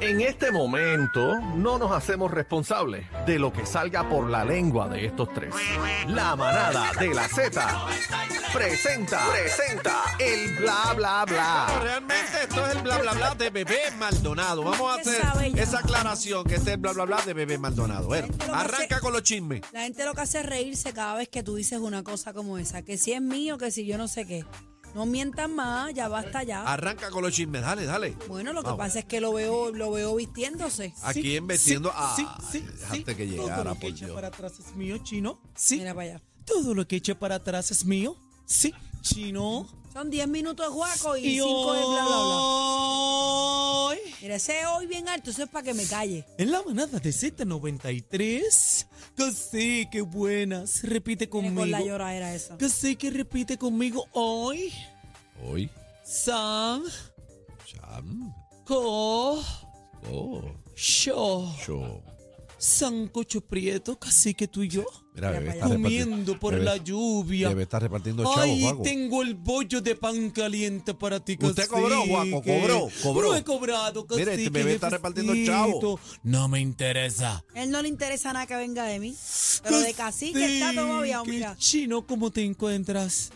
En este momento no nos hacemos responsables de lo que salga por la lengua de estos tres. La manada de la Z presenta, presenta el bla bla bla. Realmente esto es el bla bla bla de bebé Maldonado. Vamos a Usted sabe hacer ya. esa aclaración que este es el bla bla bla de bebé Maldonado. Bueno, Esto lo que arranca hace- con los chismes. La gente lo que hace es reírse cada vez que tú dices una cosa como esa, que si es mío, que si yo no sé qué. No mientan más, ya basta Ah. ya. Arranca con los chismes, dale, dale. Bueno, lo que Vamos. pasa es que lo veo, lo veo vistiéndose. Aquí Sí, embestiendo sí, a. sí, sí, Dejaste sí. que Todo llegara, lo que por eché Dios. para atrás es mío, chino. Sí. Mira para allá. Todo lo que eché para atrás es mío. Sí, chino. Son 10 minutos de guaco y 5 de bla bla bla. hoy, Mira, ese hoy bien alto, eso es para que me calle. En la manada de Z93. Que sí, qué buenas. Repite Viene conmigo. con la llora era esa. que sí, que repite conmigo hoy. Hoy, San. Cham, Co. oh, Yo. yo. Sancocho Prieto. Casi que tú y yo. Mira, Mira bebé para está allá. Comiendo por bebé- la lluvia. Bebé está repartiendo chavos, Ay, Juaco. tengo el bollo de pan caliente para ti, Usted cobró, Juaco, cacique. cobró, cobró. No he cobrado, cacique. Mire, este bebé está repartiendo jefecito. chavo. No me interesa. Él no le interesa nada que venga de mí. Pero de cacique está todo aviado, Cacique, mira. Chino, ¿cómo te encuentras?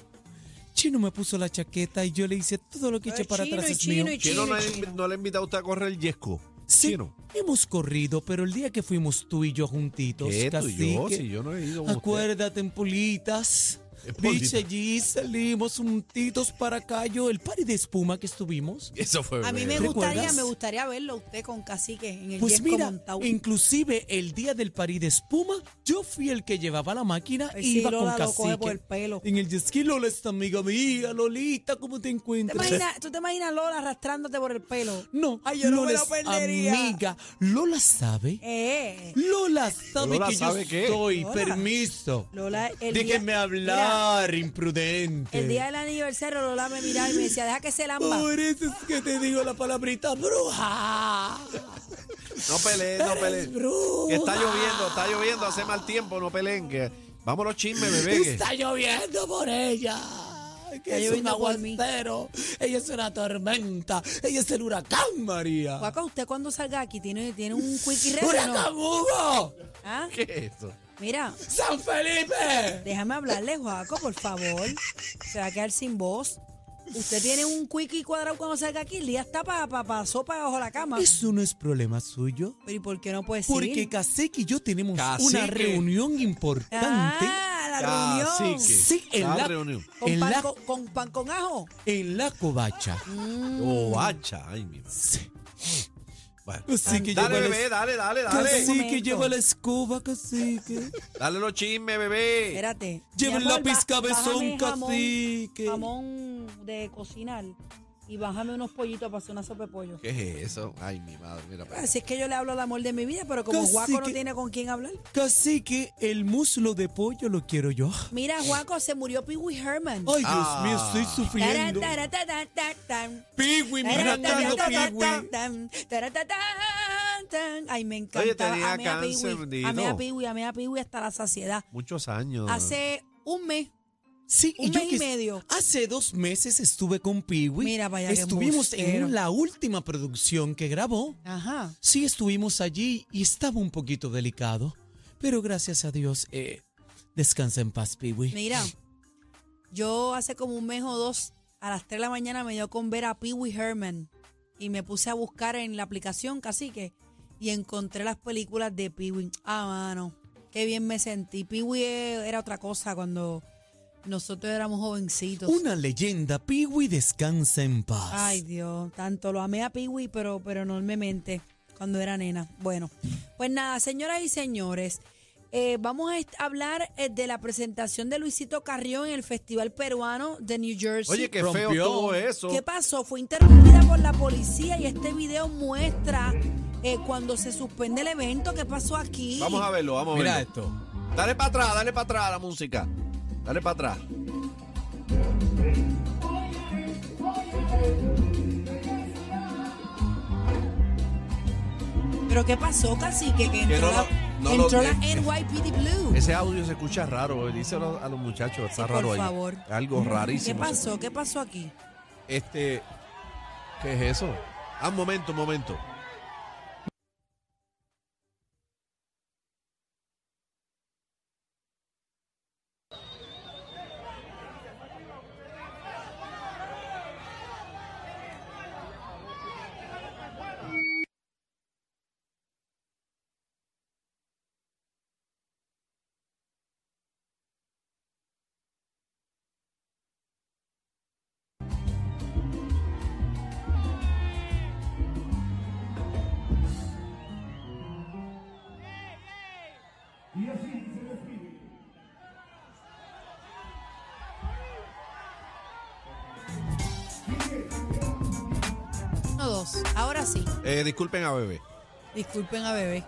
Chino me puso la chaqueta y yo le hice todo lo que Pero eché para chino, atrás y es chino, mío. y Chino, no, Chino, le- chino. no le invita a usted a correr el yesco. Sí, Chino. hemos corrido, pero el día que fuimos tú y yo juntitos, ¿Qué, tú y yo? cacique, Si yo no he ido con usted. Acuérdate, en Pulitas. En Pulitas. Dice allí, salimos juntitos para Cayo, el party de espuma que estuvimos. Eso fue A mí bebé. me gustaría, ¿Recuerdas? me gustaría verlo a usted con cacique en el Pues yesco mira, montado. inclusive el día del party de espuma, yo fui el que llevaba la máquina Ay, y sí, iba Lola con lo coge por el cacique. pelo. En el jet ski, Lola está amiga mía, Lolita, ¿cómo te ¿Te encuentras? imaginas- ¿Tú te imaginas a Lola arrastrándote por el pelo? No, Ay, yo no Lola me lo es perdería. amiga, Lola sabe. Eh, Lola sabe Lola que sabe yo qué. soy, Lola. permiso. Lola, el Déjenme día- hablar, imprudente. el día del aniversario Lola me miraba y me decía, deja que se lamba. Por eso es que te digo la palabrita bruja. No peleen, no peleen. Bruja. Que está lloviendo, está lloviendo, hace mal tiempo, no peleen. Que... Vamos a los chismes, bebé. que- Está lloviendo por ella. Está Que es un lloviendo por mí. aguacero. Ella es una tormenta. Ella es el huracán, María. Guaco, usted cuando salga aquí tiene, tiene un quickie reto, ¡Huracán ¿no? Hugo! ¿Ah? ¿Qué es esto? Mira, ¡San Felipe! déjame hablarle, Guaco, por favor. Se va a quedar sin voz. Usted tiene un quickie cuadrado cuando salga aquí. El día está para pa, pa sopa bajo la cama. Eso no es problema suyo. Pero ¿y por qué no puede ser? Porque Cacique y yo tenemos Cacique. una reunión importante. Ah, la reunión. Cacique. Sí, en La la- reunión. Con en pan la- Eh, con, con pan con ajo. en la covacha. Mm. Oh, hacha. Ay, mi madre. Sí. Bueno. Así que Dale, llévales- bebé, dale, dale, dale. Casi- Cacique, momento. lleva la escoba, cacique. Dale los chismes, bebé. Espérate. Lleva el Mi amor, lápiz ba- cabezón, bájame jamón, cacique. Jamón de cocinar y bájame unos pollitos para hacer una sopa de pollo. ¿Qué es eso? Ay, mi madre, mira. para allá. Así es que yo le hablo al amor de mi vida, pero como Casi Juaco no que- tiene con quién hablar. Cacique, el muslo de pollo lo quiero yo. Mira, Juaco, se murió Pee Wee Herman. Ay, Dios Ah. mío, estoy Taran, sufriendo. taran, taran, taran, taran. Piwi, me Taran, taran, cantando taran, Piwi. taran, taran, taran, taran. Ay, me encantaba. tenía Amé a Pee Wee, cáncer, bendito. Amé a Pee Wee, amé a Pee Wee hasta la saciedad. Muchos Ah. años. Hace un mes, Sí, un yo mes que y medio. Hace dos meses estuve con Piwi. Mira, vaya que Estuvimos embustero. en la última producción que grabó. Ajá. Sí, estuvimos allí y estaba un poquito delicado. Pero gracias a Dios, eh, descansa en paz, Piwi. Mira, yo hace como un mes o dos, a las 3 de la mañana me dio con ver a Pee Wee Herman y me puse a buscar en la aplicación Cacique y encontré las películas de Pee Wee. Ah, mano, qué bien me sentí. Pee Wee era otra cosa cuando nosotros éramos jovencitos. Una leyenda, Piwi descansa en paz. Ay, Dios, tanto lo amé a Pee Wee, pero, pero enormemente cuando era nena. Bueno, pues nada, señoras y señores, eh, vamos a est- hablar eh, de la presentación de Luisito Carrión en el Festival Peruano de New Jersey. Oye, qué rompió. feo todo eso. ¿Qué pasó? Fue interrumpida por la policía y este video muestra eh, cuando se suspende el evento. ¿Qué pasó aquí? Vamos a verlo, vamos a Mira verlo. esto. Dale para atrás, dale para atrás a la música. Dale para atrás. ¿Pero qué pasó, Cacique? Que entró, no la, lo- no lo- entró la eh, NYPD Blue. Ese audio se escucha raro. eh. Díselo a los muchachos, está Sí, por raro ahí. favor. Algo ¿Qué rarísimo. pasó? ¿Qué pasó aquí? Este. ¿Qué es eso? Ah, un momento, un momento. dos. Ahora sí. Eh, disculpen a bebé. Disculpen a bebé.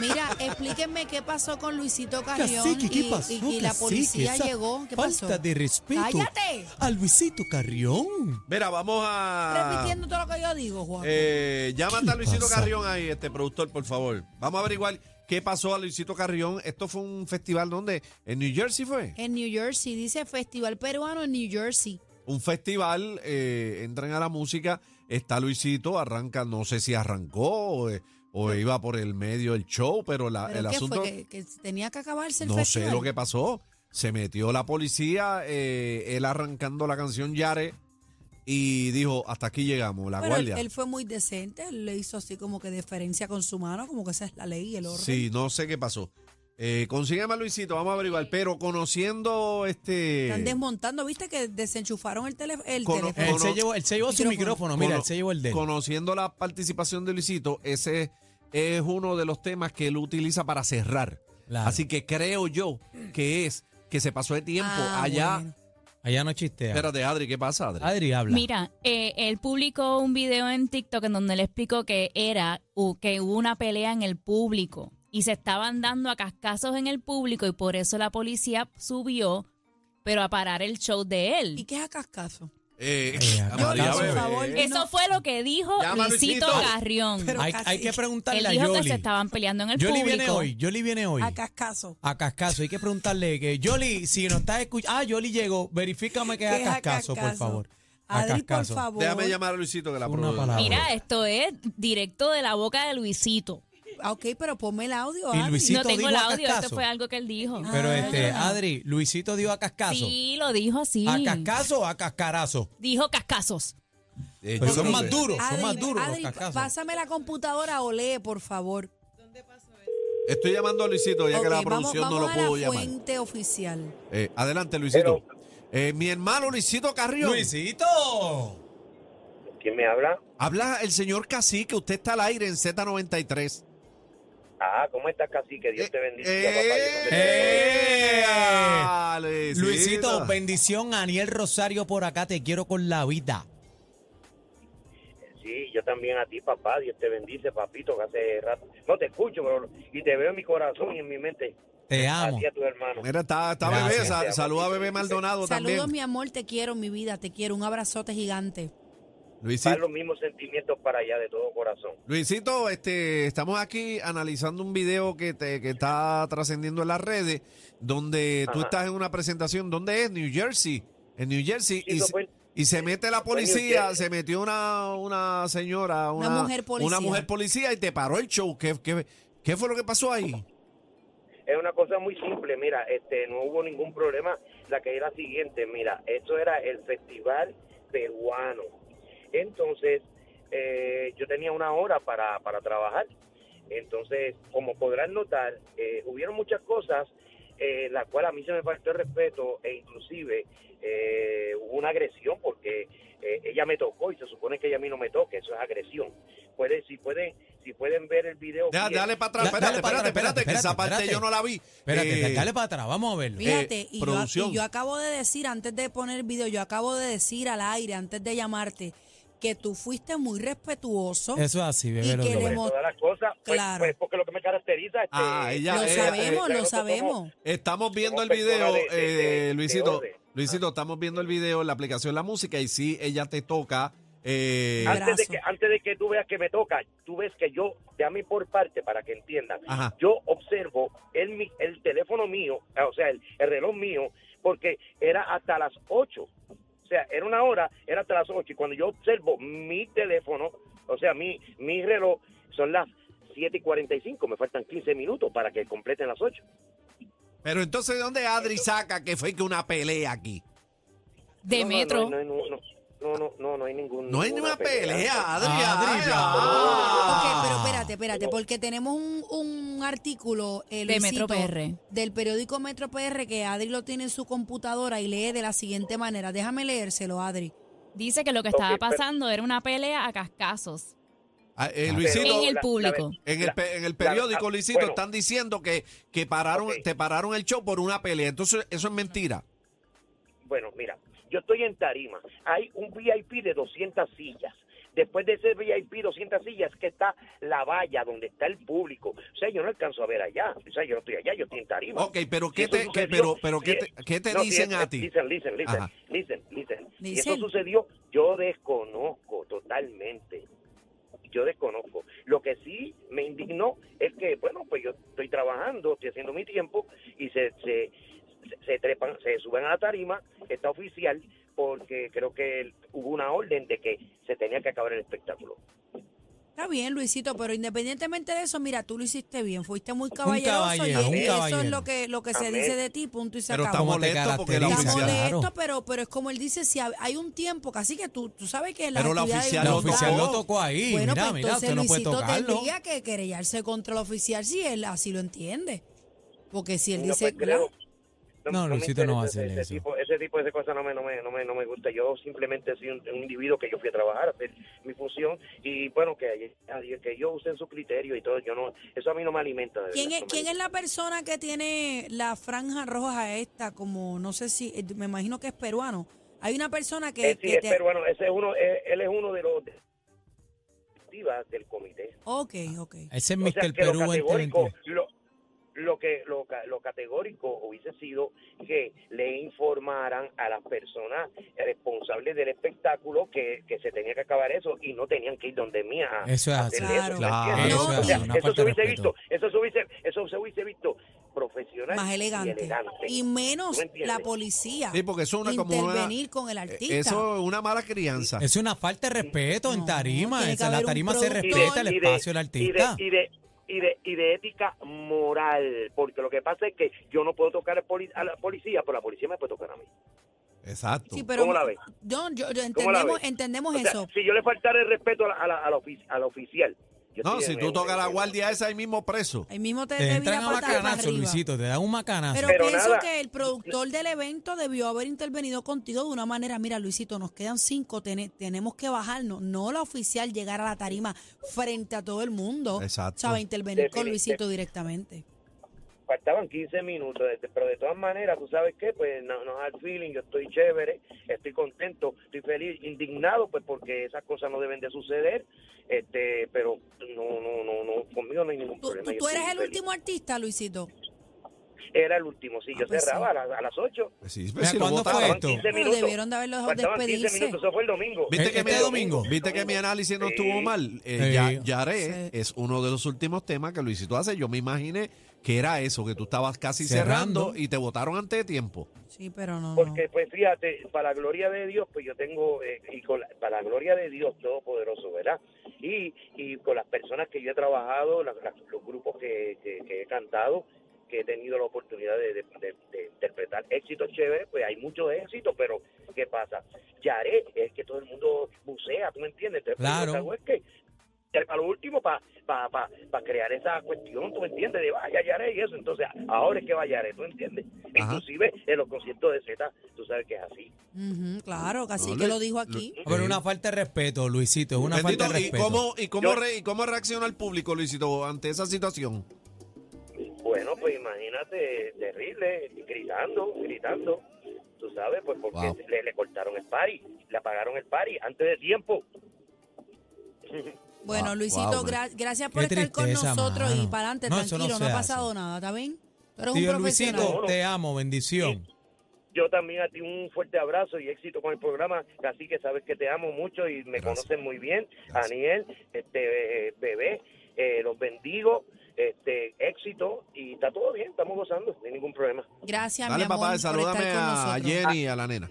Mira, explíquenme qué pasó con Luisito Carrión Cacique, ¿qué y- pasó? y, y la cacique? policía Esa llegó. ¿Qué falta pasó? de respeto. ¡Cállate! A Luisito Carrión. Mira, vamos a. Repitiendo todo lo que yo digo, Juan. Ah. Eh, llámate ¿Qué a Luisito pasa? Carrión ahí, este productor, por favor. Vamos a averiguar qué pasó a Luisito Carrión. Esto fue un festival donde. ¿En New Jersey fue? En New Jersey, dice Festival Peruano en New Jersey. Un festival, eh, entran a la música, está Luisito, arranca, no sé si arrancó o, eh, o iba por el medio el show, pero, la- ¿Pero Ah, el qué asunto. fue? ¿Que, que tenía que acabarse el No festival? sé lo que pasó. Se metió la policía, eh, él arrancando la canción Yare y dijo, hasta aquí llegamos, la Pero él, guardia. él fue muy decente, él le hizo así como que deferencia con su mano, como que esa es la ley y el orden. Sí, no sé qué pasó. Eh, consígueme a Luisito, vamos a averiguar, pero conociendo este... Están desmontando, viste que desenchufaron el, tele- el Cono- teléfono. Él Cono- se llevó, él se llevó su Micrófono. micrófono, mira, cono- él se llevó el de él. Conociendo la participación de Luisito, ese es uno de los temas que él utiliza para cerrar. Claro. Así que creo yo que es que se pasó de tiempo Ah, allá. bueno. Allá no chistea. Espérate, Adri, ¿qué pasa, Adri? Adri habla. Mira, eh, él publicó un video en TikTok en donde le explicó que era u- que hubo una pelea en el público y se estaban dando a cascazos en el público y por eso la policía subió, pero a parar el show de ¿Y él. qué es acaso? Eh, Eh, a María por Bebé. favor, que no? Eso fue lo que dijo Llama a Luisito Luisito. Carrión. Pero hay, casi- hay que él preguntarle a dijo que Yoli. se estaban peleando en el Yoli público. viene hoy, Yoli viene hoy. A cascazo. A Cascaso, hay que preguntarle que Yoli, si nos estás escuchando. Ah, Yoli llegó, verifícame que es ¿Qué es a a Cascaso, por cascazo? favor. A Adri, por cascazo. favor. Déjame llamar a Luisito que la Una produ- palabra. Mira, esto es directo de la boca de Luisito. Ah, Ok, pero ponme el audio. Y Adri. Luisito no tengo dijo el a audio, esto cascazo. fue algo que él dijo. Pero este, Ah. Adri, Luisito dio a Cascaso. Sí, lo dijo así. ¿A Cascaso o a Cascarazo? Dijo cascazos. Eh, Pues yo son no más sé. duros, son Adri, más duros Adri, los cascazos. pásame la computadora o lee, por favor. Estoy llamando a Luisito ya Ok, que la vamos, producción vamos no lo a pudo la llamar. fuente oficial. Eh, adelante, Luisito. Eh, mi hermano Luisito Carrión. ¡Luisito! ¿Quién me habla? Habla el señor Cacique, usted está al aire en Z93. Ah, ¿cómo estás, cacique? Dios te bendiga, Eh, papá. Yo no te eh. Ah, Luisito. Luisito, bendición a Aniel Rosario por acá, te quiero con la vida. tengo- Sí, yo también a ti, papá. Dios te bendice, papito, que hace rato. No te escucho, pero y te veo en mi corazón y en mi mente. Te amo. Así a tu hermano. Mira, está, está Gracias. bebé. sal- saluda a bebé Maldonado Saludos, también. mi amor, te quiero, mi vida, te quiero. Un abrazote gigante. Dar Luisito, los mismos sentimientos para allá de todo corazón. Luisito, este, estamos aquí analizando un video que, te, que está trascendiendo en las redes, donde tú Ajá. estás en una presentación. ¿Dónde es? New Jersey. En New Jersey. Sí, y, no se- fue- y se mete la fue New policía, Jersey. se metió una, una señora, Una una, mujer policía. una mujer policía y te paró el show. ¿Qué, qué, qué fue lo que pasó ahí? Es una cosa muy simple, mira, este, no hubo ningún problema. La que era la siguiente, mira, esto era el festival peruano. Entonces, eh, yo tenía una hora para, para trabajar. Entonces, como podrán notar, eh, hubieron muchas cosas eh, las cuales a mí se me faltó el respeto e inclusive eh, hubo una agresión porque eh, ella me tocó y se supone que ella a mí no me toque, eso es agresión. Puede, si, pueden, si pueden ver el video... Da- bien, dale para atrás, Da- espérate, dale para espérate, atrás, espérate, que espérate, esa parte espérate. yo no la vi. Espérate, Eh, dale para atrás, vamos a verlo. Fíjate, y, yo, producción. y yo acabo de decir, antes de poner el video, yo acabo de decir al aire, antes de llamarte, que tú fuiste muy respetuoso. Eso es así, bebé. Y lo que digo. le mo- todas las cosas, pues, Claro. pues, porque lo que me caracteriza este, Ah, ella- lo eh, sabemos, eh, lo nosotros sabemos. Estamos viendo el somos video, personas de- de- eh, de- de Luisito. orden. Luisito, estamos viendo el video en la aplicación La Música y sí, ella te toca. eh, Gracias. antes brazo. de, que, antes de que tú veas que me toca, tú ves que yo, de a mí por parte, para que entiendan, Ajá. yo observo el, mi- el teléfono mío, eh, o sea, el, el reloj mío, porque era hasta las 8. O sea, era una hora, era hasta las 8. Y cuando yo observo mi teléfono, o sea, mi, mi reloj, son las 7 y 45. Me faltan 15 minutos para que completen las 8. pero entonces, ¿de dónde Adri saca que fue que una pelea aquí? De No, no, metro. No, no, no, no, no, no, no hay ningún. No hay ninguna pelea, Adri. Adri, ay, ya. ah. Ok, pero espérate, espérate, porque tenemos un, un artículo eh, De Luisito, Metro PR. del periódico Metro PR que Adri lo tiene en su computadora y lee de la siguiente manera. Déjame leérselo, Adri. Dice que lo que Ok, estaba pero- pasando era una pelea a cascazos. Ah, eh, En Luisito, el público. en el, pe- en el ah, periódico, Luisito, están diciendo que, que pararon, Ok. te pararon el show por una pelea. Entonces, eso es mentira. Bueno, mira, yo estoy en Tarima. Hay un VIP de 200 sillas. Después de ese VIP 200 sillas que está la valla donde está el público. O sea, yo no alcanzo a ver allá. O sea, yo no estoy allá, yo estoy en tarima. Ok, pero ¿qué Si esto te- qué- sucedió- pero- pero ¿qué si- te- qué te si dicen es- a es- ti? Listen, listen, listen, Ajá. listen, listen. Si Dicen. esto sucedió, yo desconozco totalmente. Yo desconozco. Lo que sí me indignó es que, bueno, pues yo estoy trabajando, estoy haciendo mi tiempo y se, se, se- se trepan, se suben a la tarima, está oficial, porque creo que el- hubo una orden de que se tenía que acabar el espectáculo. Está bien, Luisito, pero independientemente de eso, mira, tú lo hiciste bien, fuiste muy caballeroso caballero, y un eso es caballero. lo que, lo que se Amén. dice de ti, punto y se Pero acabó. está ¿Cómo te molesto porque la caracteriza? Está oficial. molesto, Claro. pero, pero es como él dice, si ha- hay un tiempo, casi que tú, tú sabes que las Pero la actividades oficial lo La no están- oficial tocó. lo tocó ahí. Bueno, mira, pues mira, entonces usted no puede Luisito tocarlo. tendría que querellarse contra el oficial si él así lo entiende. Porque si él No, dice, pues, creo- No, me Luisito no va a interesa hacer ese eso. Tipo, ese tipo de cosas no me, no, me, no, me, no me gusta. Yo simplemente soy un, un individuo que yo fui a trabajar, a hacer mi función. Y bueno, que, que yo usen su criterio y todo. yo no Eso a mí no me alimenta. de ¿quién verdad, es, no me ¿quién alimenta. es la persona que tiene la franja roja a esta? Como, no sé si, eh, me imagino que es peruano. Hay una persona que... Eh, sí, que es te- peruano, ese es uno, eh, él es uno de los de- activas del comité. Ok, ok. Ese es O Mr. sea, que Perú lo categórico, 2020. lo, lo que lo, ca- lo categórico hubiese sido que le informaran a las personas responsables del espectáculo que, que se tenía que acabar eso y no tenían que ir donde mía a- Eso es a así. hacer eso, ¿me Claro. entiendes? Eso es O sea, así, una eso falta se de hubiese respeto. visto eso se hubiese, eso se hubiese visto profesional más y elegante. Y, menos ¿Tú me entiendes? la policía. Sí, porque eso es una- como una- intervenir con eh, el artista. Eh, Eso es una mala crianza. Es una falta de respeto en No, tarima. tiene que esa- la haber un tarima se productor. respeta el y espacio del y artista. Y de, y de- y de ética moral, porque lo que pasa es que yo no puedo tocar al poli- a la policía, pero la policía me puede tocar a mí. Exacto. Sí, pero ¿Cómo la ves? Yo, yo- yo ¿Cómo la entendemos, ves? entendemos O sea, eso. si yo le faltara el respeto a la, a la- a la ofici- a la oficial. yo No, estoy si en- tú en- tocas la en- guardia esa, ahí mismo preso. Ahí mismo te, Te te entran a vira patada para macanazo, arriba. Luisito. Te dan un macanazo. Pero, Pero pienso nada. que el productor del evento debió haber intervenido contigo de una manera. Mira, Luisito, nos quedan cinco, tene- tenemos que bajarnos. No la oficial llegar a la tarima frente a todo el mundo. Exacto. O sea, intervenir con Definit- Luisito directamente. Faltaban 15 minutos, de- pero de todas maneras, tú sabes qué, pues no, no hard feeling, yo estoy chévere, estoy contento, estoy feliz, indignado, pues porque esas cosas no deben de suceder, este pero no, no, no, no conmigo no hay ningún ¿Tú, problema. tú- yo tú estoy eres el feliz. último artista, Luisito. Era el último, sí, Ah, yo pues cerraba a, las- a las 8. Sí, Mira, pues, si lo ¿cuándo fue votaron. esto? 15 Pero minutos. debieron de haberlo dejado Faltaban 15 despedirse. minutos, eso fue el domingo. ¿Viste que, Este mi, domingo. ¿Viste que mi análisis no Sí. estuvo mal? Eh, Sí. ya, Yaré Sí. es uno de los últimos temas que Luisito hace. Yo me imaginé que era eso, que tú estabas casi cerrando, Cerrando. y te votaron antes de tiempo. Sí, pero no. no. Porque, pues fíjate, para la gloria de Dios, pues yo tengo, eh, y con la- para la gloria de Dios Todopoderoso, ¿verdad? Y, y con las personas que yo he trabajado, las- las- los grupos que, que- que he cantado, que he tenido la oportunidad de, de- de- de interpretar éxitos chéveres, pues hay muchos éxitos, pero ¿qué pasa? Yaré es que todo el mundo bucea, ¿tú me entiendes? Entonces, pues, Claro. Lo que hago es que a lo último para pa, pa, pa crear esa cuestión, ¿tú me entiendes? De vaya, yaré y eso. Entonces, ahora es que vaya, yaré, ¿tú entiendes? Ajá. Inclusive en los conciertos de Z, tú sabes que es así. Ujú, claro, casi No, que Lu- lo dijo aquí. Ah, Pero una falta de respeto, Luisito. Es una Bendito, falta de ¿y, respeto. cómo, y, cómo Yo- re- ¿Y cómo reacciona el público, Luisito, ante esa situación? Bueno, pues imagínate, terrible, gritando, gritando. Tú sabes, pues porque Wow. le, le cortaron el party, le apagaron el party antes de tiempo. Bueno, Wow, Luisito, wow, man. gra- gracias por Qué estar con tristeza, nosotros y mano. para adelante, No, eso tranquilo, no, no se ha pasado hace. nada, ¿está bien? Tú eres Tío un profesional. Luisito, te amo. Bendición. Yo también a ti un fuerte abrazo y éxito con el programa. Así que sabes que te amo mucho y me Gracias. conocen muy bien. Gracias. Aniel, este eh, bebé, eh, los bendigo, este éxito y está todo bien, estamos gozando, no hay ningún problema. Gracias, Dale, mi amor, papá, por salúdame estar con a nosotros. Jenny y a la nena.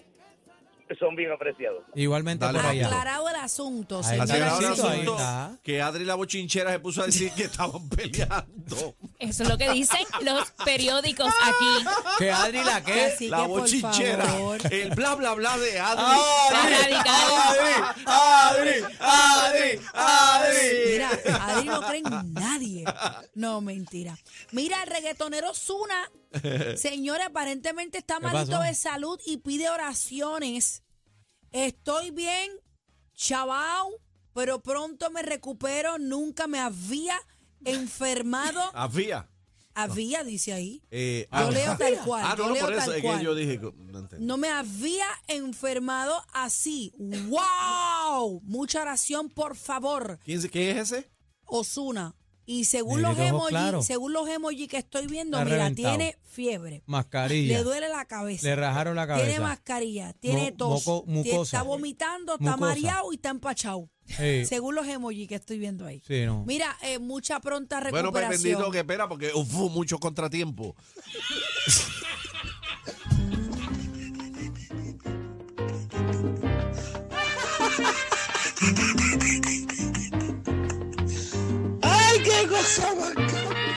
Son bien apreciados. Igualmente Dale, por allá. Aclarado el asunto, Ahí señoras está. y Aclarado el Luisito, ahí señores. asunto está. que Adri la bochinchera se puso a decir que estaban peleando. Eso es lo que dicen los periódicos aquí. Que Adri la que. Así la que, por bochinchera. favor. El bla, bla, bla de Adri. Ah, Radical. Adri, Adri, Mira, Adri no cree en nadie. No, mentira. Mira, el reggaetonero Zuna, señora, aparentemente está ¿Qué malito pasó? de salud y pide oraciones. Estoy bien, chavao, pero Ah, pronto me recupero. Nunca me había enfermado. Afía. Había, dice ahí. Eh, Yo leo tal cual. Ah, yo no, no, leo por eso tal es cual. que yo dije. No entendí. No me había enfermado así. ¡Wow! Mucha oración, por favor. ¿Quién, se- ¿Qué es ese? Osuna. Y según los Negrito ojo emojis, claro. según los emojis que estoy viendo, Está mira, reventado. tiene fiebre. Mascarilla. Le duele la cabeza. Le rajaron la cabeza. Tiene mascarilla, tiene Mo- tos, moco- tie- mucosa. está vomitando, está Mucosa. mareado y está empachado. Sí. Según los emojis que estoy viendo ahí. Sí, no. Mira, eh, mucha pronta Bueno, pues recuperación. bendito que espera, porque uf, mucho contratiempo.